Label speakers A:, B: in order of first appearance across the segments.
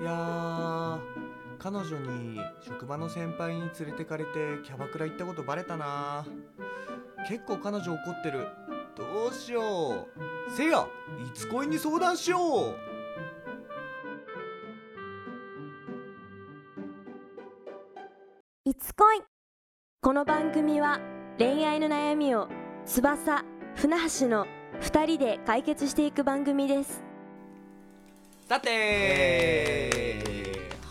A: いやー彼女に職場の先輩に連れてかれてキャバクラ行ったことバレたな結構彼女怒ってるどうしようせいやいつ恋に相談しよう
B: いつ恋この番組は恋愛の悩みを翼船橋の2人で解決していく番組です
A: さて、
C: え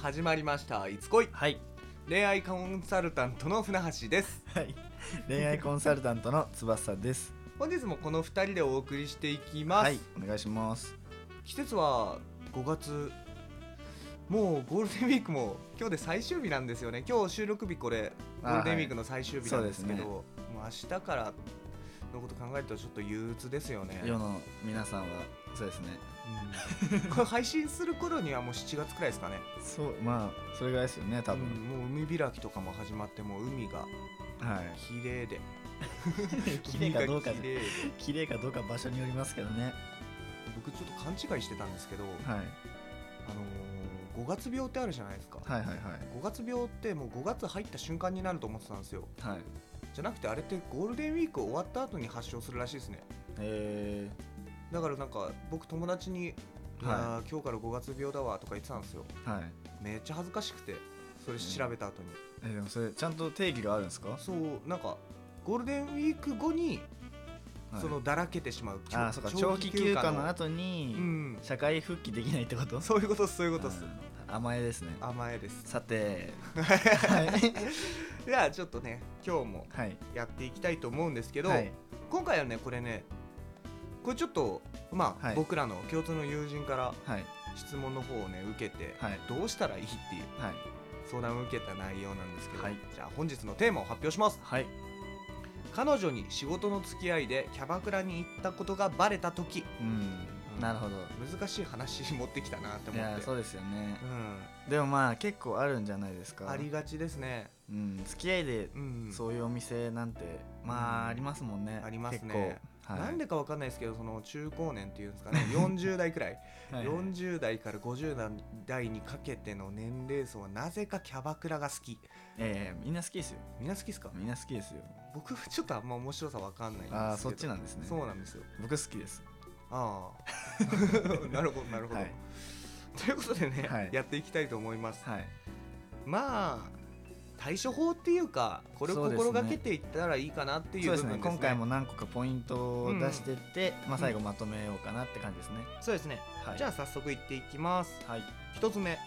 A: 始まりました「いつ恋
C: はい、」
A: 恋愛コンサルタントの船橋です
C: はい、恋愛コンサルタントの翼です。
A: 本日もこの2人でお送りしていきます、
C: はい、お願いします。
A: 季節は5月もうゴールデンウィークも今日で最終日なんですよね今日収録日これゴ
C: あー
A: ールデンウィークの最終日なんですけど、
C: はい
A: もう明日からのこと考えるとちょっと憂鬱ですよね、
C: 世の皆さんはそうですね。
A: うんこれ配信する頃にはもう7月くらいですかね
C: そう、まあそれぐらいですよね、多
A: うん
C: 分。
A: もう海開きとかも始まってもう海が
C: はい。
A: 綺麗で
C: 綺麗かどうか
A: 海が綺麗で
C: 綺麗かどうか場所によりますけどね。
A: 僕ちょっと勘違いしてたんですけど、
C: はい、
A: あのー、5月病ってあるじゃないですか、
C: はいはいはい
A: 5月病ってもう5月入った瞬間になると思ってたんですよ
C: はい。
A: じゃなくてあれってゴールデンウィーク終わった後に発症するらしいですね
C: え
A: だからなんか僕友達に「
C: はい
A: あー今日から5月病だわ」とか言ってたんですよ
C: ー、はい。
A: めっちゃ恥ずかしくてそれ調べた後に、
C: えー、でもそれちゃんと定義があるんですか？はい、
A: そうなんかゴールデンウィーク後にそのだらけてしまう、
C: あー、そうか。長期休暇の後
A: う
C: に
A: ん
C: 社会復帰できないってこと？
A: そういうことっすそういうことっす
C: あー甘えですね。
A: 甘えです
C: さて、はい
A: じゃあちょっとね今日も
C: はい。
A: やっていきたいと思うんですけど、
C: はい
A: 今回はねこれねこれちょっとまあ、
C: はい
A: 僕らの共通の友人から
C: はい
A: 質問の方をね受けて、
C: はい
A: どうしたらいいっていう
C: はい
A: 相談を受けた内容なんですけど、
C: はい
A: じゃあ本日のテーマを発表します
C: はい。
A: 彼女に仕事の付き合いでキャバクラに行ったことがバレた時
C: うん、なるほど。
A: 難しい話持ってきたなって
C: い
A: 思っ
C: や
A: て
C: そうですよね
A: う、
C: でもまあ結構あるんじゃないです
A: ん、
C: か
A: ありがちですね
C: うん、付き合いで
A: うん
C: そういうお店なんて、まあありますもんね
A: ありますね
C: 結構、はい、
A: なんでかわかんないですけどその中高年っていうんですかね40代くらい
C: はい、
A: 40代から50代にかけての年齢層はなぜかキャバクラが好き
C: ええみんな好きですよ
A: みんな好きですか
C: みんな好きですよ
A: 僕ちょっとあんま面白さわかんないんですけど
C: ああそっちなんですね
A: そうなんですよ
C: 僕好きです
A: ああ なるほどなるほど、
C: はい
A: ということでね、
C: はい
A: やっていきたいと思います
C: はい
A: まあ対処法っていうかこれを
C: そうですね
A: 心がけていったらいいかなっていう
C: そうで
A: 部
C: す
A: 分
C: ね
A: ですね
C: 今回も何個かポイントを出してって、まあ最後まとめようかなって感じですね、
A: そうですね
C: はい
A: じゃあ早速いっていきます
C: はい
A: 一つ目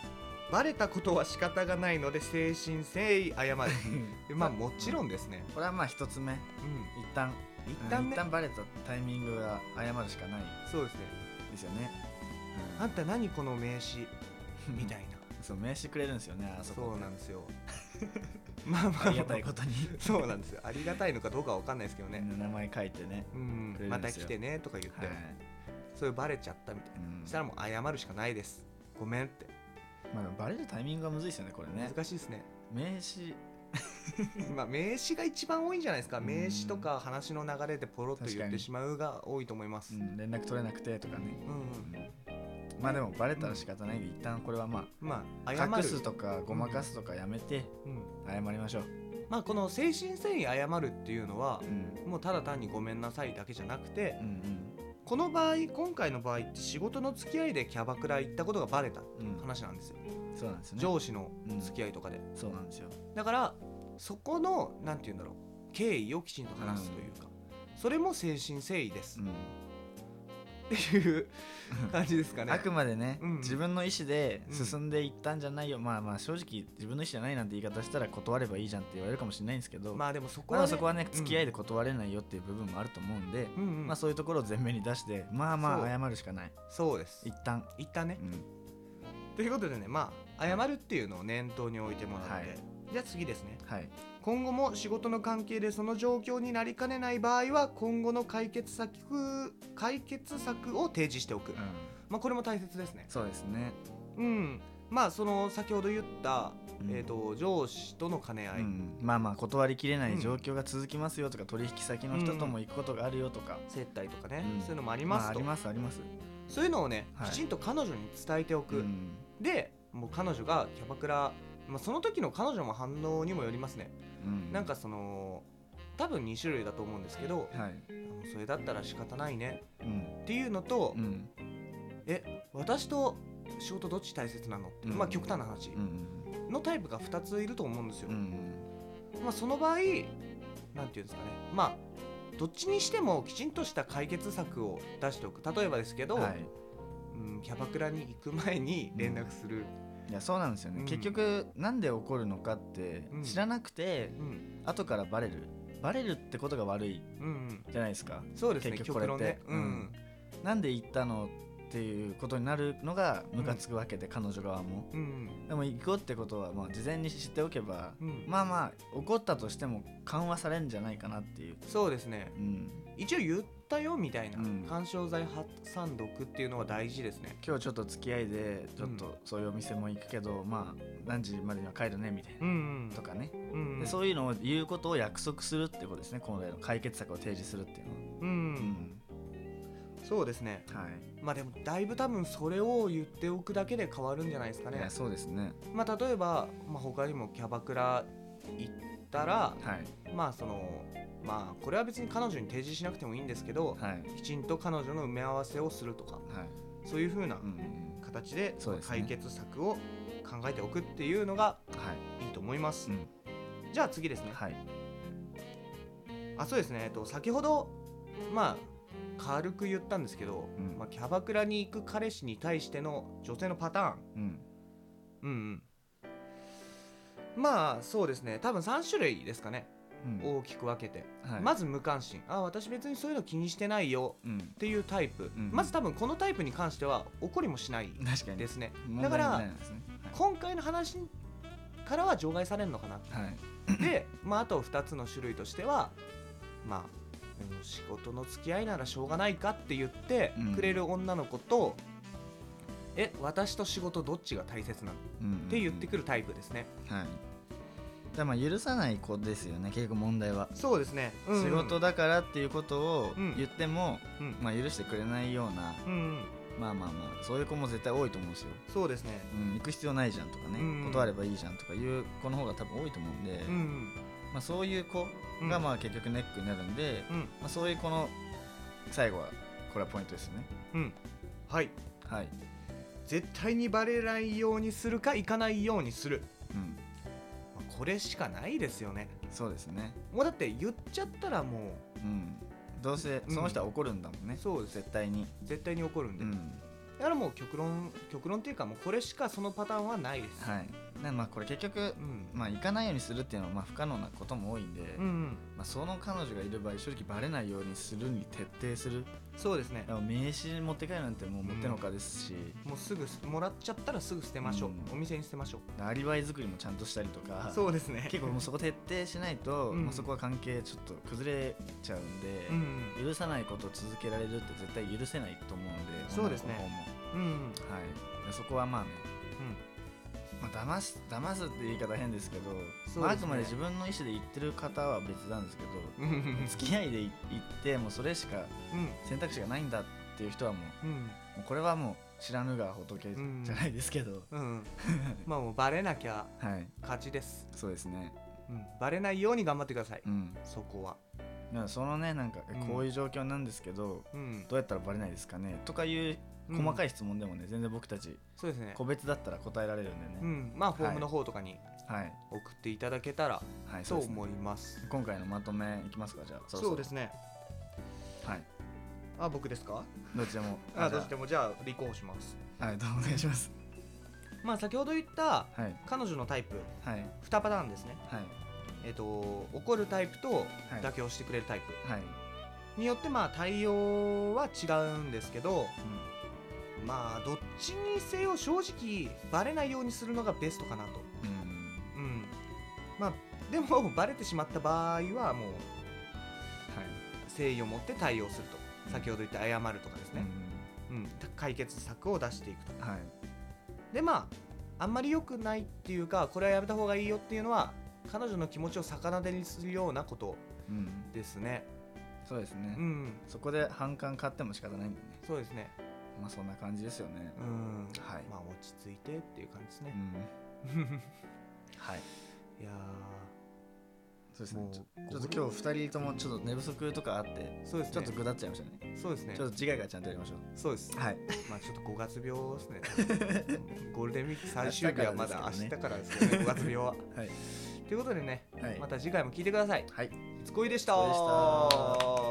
A: バレたことは仕方がないので誠心誠意謝る でまあもちろんですね、
C: これはまあ一つ目一
A: うん、
C: 旦
A: 一旦
C: うん
A: ね、
C: 一旦バレたタイミングが謝るしかない
A: そうですね
C: ですよね、うん
A: あんた何この名刺みたいな
C: そう名刺くれるんですよねあそこ
A: そうなんですよ まあまあ
C: ありがたいことに
A: そうなんですよありがたいのかどうかは分かんないですけど ね、
C: 名前書いてね
A: うん
C: くれるん
A: ま
C: で
A: た
C: すよ
A: 来てねとか言って、
C: はい、
A: それバレちゃったみたいな
C: うん
A: したらもう謝るしかないですごめんって
C: まあ、バレるタイミングがむずいですよねこれね
A: 難しいですね
C: 名刺
A: まあ名刺が一番多いんじゃないですか
C: うん
A: 名刺とか話の流れでポロッと
C: 確
A: 言
C: か
A: っ
C: に
A: てしまうが多いと思います、
C: うん連絡取れなくてとかね、
A: うん
C: うんまあでもバレたら仕方ないんで一旦これはま
A: まあ
C: あ
A: 謝
C: 隠
A: る
C: すとかごまかすとかやめて
A: うん、
C: 謝りましょう、
A: まあこの誠心誠意謝るっていうのは
C: う、ん
A: もうただ単にごめんなさいだけじゃなくて、
C: うん
A: この場合今回の場合って仕事の付き合いでキャバクラ行ったことがバレたっていう話なんですよ、
C: うん、そうなんですよね
A: 上司の付き合いとかで、
C: そうなんですよ
A: だからそこのなんて言うんだろう経緯をきちんと話すというか、それも誠心誠意です
C: う、ん
A: っていう感じです かね
C: あくまでね、
A: うん
C: 自分の意思で
A: うん
C: 進んでいったんじゃないよ、まあまあ正直自分の意思じゃないなんて言い方したら断ればいいじゃんって言われるかもしれないんですけど、
A: まあでもそこ
C: ま
A: は、
C: あ、
A: ね、
C: そこはね
A: うん
C: 付き合いで断れないよっていう部分もあると思うんで、
A: うんうん
C: まあ、そういうところを前面に出してまあま
A: そう
C: あ謝るしかない
A: そうです
C: 一旦、
A: 一旦ね
C: う、ん
A: ということでねまあ謝るっていうのを念頭に置いてもらって、
C: はい
A: じゃあ次ですね
C: はい
A: 今後も仕事の関係でその状況になりかねない場合は今後の解決策解決策を提示しておく、
C: うん、
A: まあこれも大切ですね
C: そうですね、
A: うんまあその先ほど言った、
C: うん
A: えー、と上司との兼ね合い、
C: うんまあまあ断りきれない状況が続きますよとか、取引先の人とも行くことがあるよとか、
A: 接待とかね、
C: うん
A: そういうのもあり
C: ま
A: ま
C: あ
A: す
C: あ
A: と、
C: りますあります、
A: そういうのをね、
C: はい
A: きちんと彼女に伝えておく、
C: うん
A: でもう彼女がキャバクラ、まあ、その時の彼女の反応にもよりますね
C: うん
A: なんかその多分2種類だと思うんですけど
C: はい
A: あもうそれだったら仕方ないね
C: うん
A: っていうのと、
C: うん
A: え私と仕事どっち大切なのって、
C: うん
A: まあ極端な話
C: うん
A: のタイプが2ついると思うんですよ、
C: うん
A: まあその場合なんていうんですかねまあどっちにしてもきちんとした解決策を出しておく例えばですけど、
C: はい
A: うん、キャバクラに行く前に連絡する、
C: いやそうなんですよね、
A: うん
C: 結局なんで起こるのかって
A: うん
C: 知らなくて
A: うん
C: 後からバレるバレるってことが悪い
A: うんうん、
C: じゃないですか
A: そうですね
C: 結
A: 極
C: 局これっ
A: 論
C: て
A: ね、うん
C: なんで行ったのっていうことになるのがムカつくわけで、彼女側も
A: うん
C: でも行こうってことはまあ事前に知っておけば、
A: うん
C: まあまあ怒ったとしても緩和されるんじゃないかなっていう
A: そうですね
C: うん
A: 一応言ったよみたいな、
C: うん
A: 緩衝材挟んどくっていうのは大事ですね
C: 今日ちょっと付き合いでちょっとそういうお店も行くけど、まあ何時までには帰るねみたい
A: う
C: な、
A: ん
C: とかね、
A: うん
C: でそういうのを言うことを約束するってことですね今度の解決策を提示するっていうのは、
A: うんそうですね
C: うんはい、
A: まあでもだいぶ多分それを言っておくだけで変わるんじゃないですか
C: い
A: ね
C: やそうですね
A: まあ例えば、まあ、他にもキャバクラ行ったら
C: はい
A: まあそのまあこれは別に彼女に提示しなくてもいいんですけど
C: はい
A: きちんと彼女の埋め合わせをするとか
C: はい、
A: そういう風な
C: うんうん
A: 形で
C: そうですね
A: 解決策を考えておくっていうのが
C: はい
A: いいと思います、
C: うん
A: じゃあ次ですね、
C: はい
A: あそうですね、えっと、先ほどまあ軽く言ったんですけど、
C: うん
A: まあ、キャバクラに行く彼氏に対しての女性のパターン
C: う
A: う
C: ん
A: んうんまあそうですね多分3種類ですかね、
C: うん
A: 大きく分けて、
C: はい
A: まず無関心あ私別にそういうの気にしてないよ
C: うん
A: っていうタイプ、
C: うん
A: まず多分このタイプに関しては怒りもしない
C: 確かに
A: ですねだ
C: 問
A: か
C: 題
A: ら
C: ないですね
A: 今回の話からは除外されるのかな
C: はいはい
A: で、まあ、あと2つの種類としてはまあうん仕事の付き合いならしょうがないかって言って
C: うん
A: くれる女の子と、え私と仕事どっちが大切なの
C: っ
A: って言って
C: く
A: くるタイプですね、
C: はいだからまあ許さない子ですよね結構問題は、
A: そうですね、うんうん
C: 仕事だからっていうことを
A: うん
C: 言っても、
A: うん、
C: まあ、許してくれないような
A: うんうん
C: まあまあまあそういう子も絶対多いと思うんですよ、
A: そうですね
C: うん、行く必要ないじゃんとかね、
A: うん
C: 断ればいいじゃんとかいう子の方が多分多いと思うんで、
A: うん
C: まあ、そういう子
A: うん
C: がまあ結局ネックになるんで、
A: うん
C: まあ、そういう子の最後はこれはポイントですよね
A: うんはい
C: はい、
A: 絶対にバレないようにするか行かないようにする、
C: うん、
A: まあこれしかないですよね
C: そうですね
A: もうだって言っちゃったらも
C: うんどうせその人は怒るんだもんね、
A: うそうです
C: 絶対に
A: 絶対に怒るんで、
C: うん
A: だからもう極論極論っていうかもうこれしかそのパターンはないです、
C: はいなんでまあこれ結局
A: うん
C: まあ行かないようにするっていうのはまあ不可能なことも多いんで、
A: うんうん
C: まあ、その彼女がいる場合正直バレないようにするに徹底する
A: そうですね
C: だから名刺持って帰るなんてもう持ってのかですし、
A: もうすぐすもらっちゃったらすぐ捨てましょう、
C: うん
A: お店に捨てましょ
C: アリバイ作りもちゃんとしたりとか
A: うそうですね
C: 結構もうそこ徹底しないと、
A: うん
C: まあ、そこは関係ちょっと崩れちゃうんで、
A: うん
C: 許さないことを続けられるって絶対許せないと思うんで
A: そうですね
C: 女の子の方も
A: うんうん
C: はい、そこはまあね、まあ、騙す騙すって言い方変ですけど
A: すね
C: まあ、あくまで自分の意思で言ってる方は別なんですけど、
A: うんうん
C: 付き合いでい行ってもうそれしか選択肢がないんだっていう人はもう
A: うん
C: もうこれはもう知らぬが仏
A: うん
C: じゃないですけど、
A: うんうんまあもうバレなきゃ
C: はい
A: 勝ちです、
C: そうですね
A: うん、バレないように頑張ってください、
C: うん
A: そこは
C: だからそのねなんか
A: うん
C: こういう状況なんですけど、
A: うん
C: どうやったらバレないですかねとかいう細かい質問でもね、全然僕たち
A: そうですね
C: 個別だったら答えられるんでね、
A: うんまあフォームの方とかに
C: はい
A: 送っていただけたら
C: はい
A: と
C: そうですね
A: 思います、
C: 今回のまとめいきますかじゃあそろそろ
A: すね
C: はい
A: あ僕ですか
C: どっちでも
A: あ
C: じゃ
A: どうしてもじゃあ立候補します
C: はいどうもお願いします
A: まあ先ほど言った
C: はい
A: 彼女のタイプ
C: はい
A: 2パターンですね
C: はい
A: えっ、と怒るタイプと
C: はい
A: 妥協してくれるタイプ
C: はい、
A: によってまあ対応は違うんですけど
C: うん
A: まあどっちにせよ正直バレないようにするのがベストかなと
C: うん
A: うんまあでもバレてしまった場合はもう
C: はい
A: 誠意を持って対応すると先ほど言った謝るとかですね、うん、解決策を出していくと
C: うんはい
A: でまああんまり良くないっていうかこれはやめた方がいいよっていうのは彼女の気持ちを逆なでにするようなこと
C: うん
A: ですね
C: そうですね、
A: うん
C: そこで反感買っても仕方ないんだよね
A: そうですね
C: まあそんな感じですよね。
A: うん
C: はい
A: まあ落ち着いてっていう感じです
C: う
A: ね、
C: ん。はい。
A: いや
C: そうです
A: も
C: ね
A: う。
C: ちょちょっと今日二人ともちょっと寝不足とかあって、
A: ーそうです
C: ちょ
A: ね
C: っとぐだっちゃいましたね。
A: そうですね
C: ちょっと次回からちゃんとやりましょ
A: そうです
C: う。はい。
A: まあちょっと5月病ですねうんゴールデンウィーク最終日はまだ明
C: 明
A: 日
C: 日
A: か
C: から
A: ですよね5月病は
C: はい。
A: ということでね、
C: はい
A: また次回も聞いてください
C: はい。
A: いつこいでした
C: いつこいで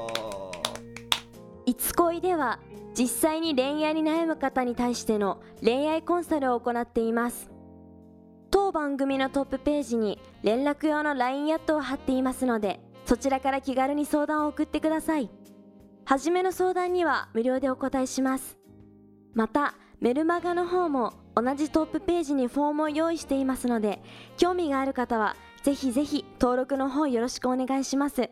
B: いつ恋では実際に恋愛に悩む方に対しての恋愛コンサルを行っています当番組のトップページに連絡用の LINE アットを貼っていますのでそちらから気軽に相談を送ってください初めの相談には無料でお答えしますまたメルマガの方も同じトップページにフォームを用意していますので興味がある方はぜひぜひ登録の方よろしくお願いします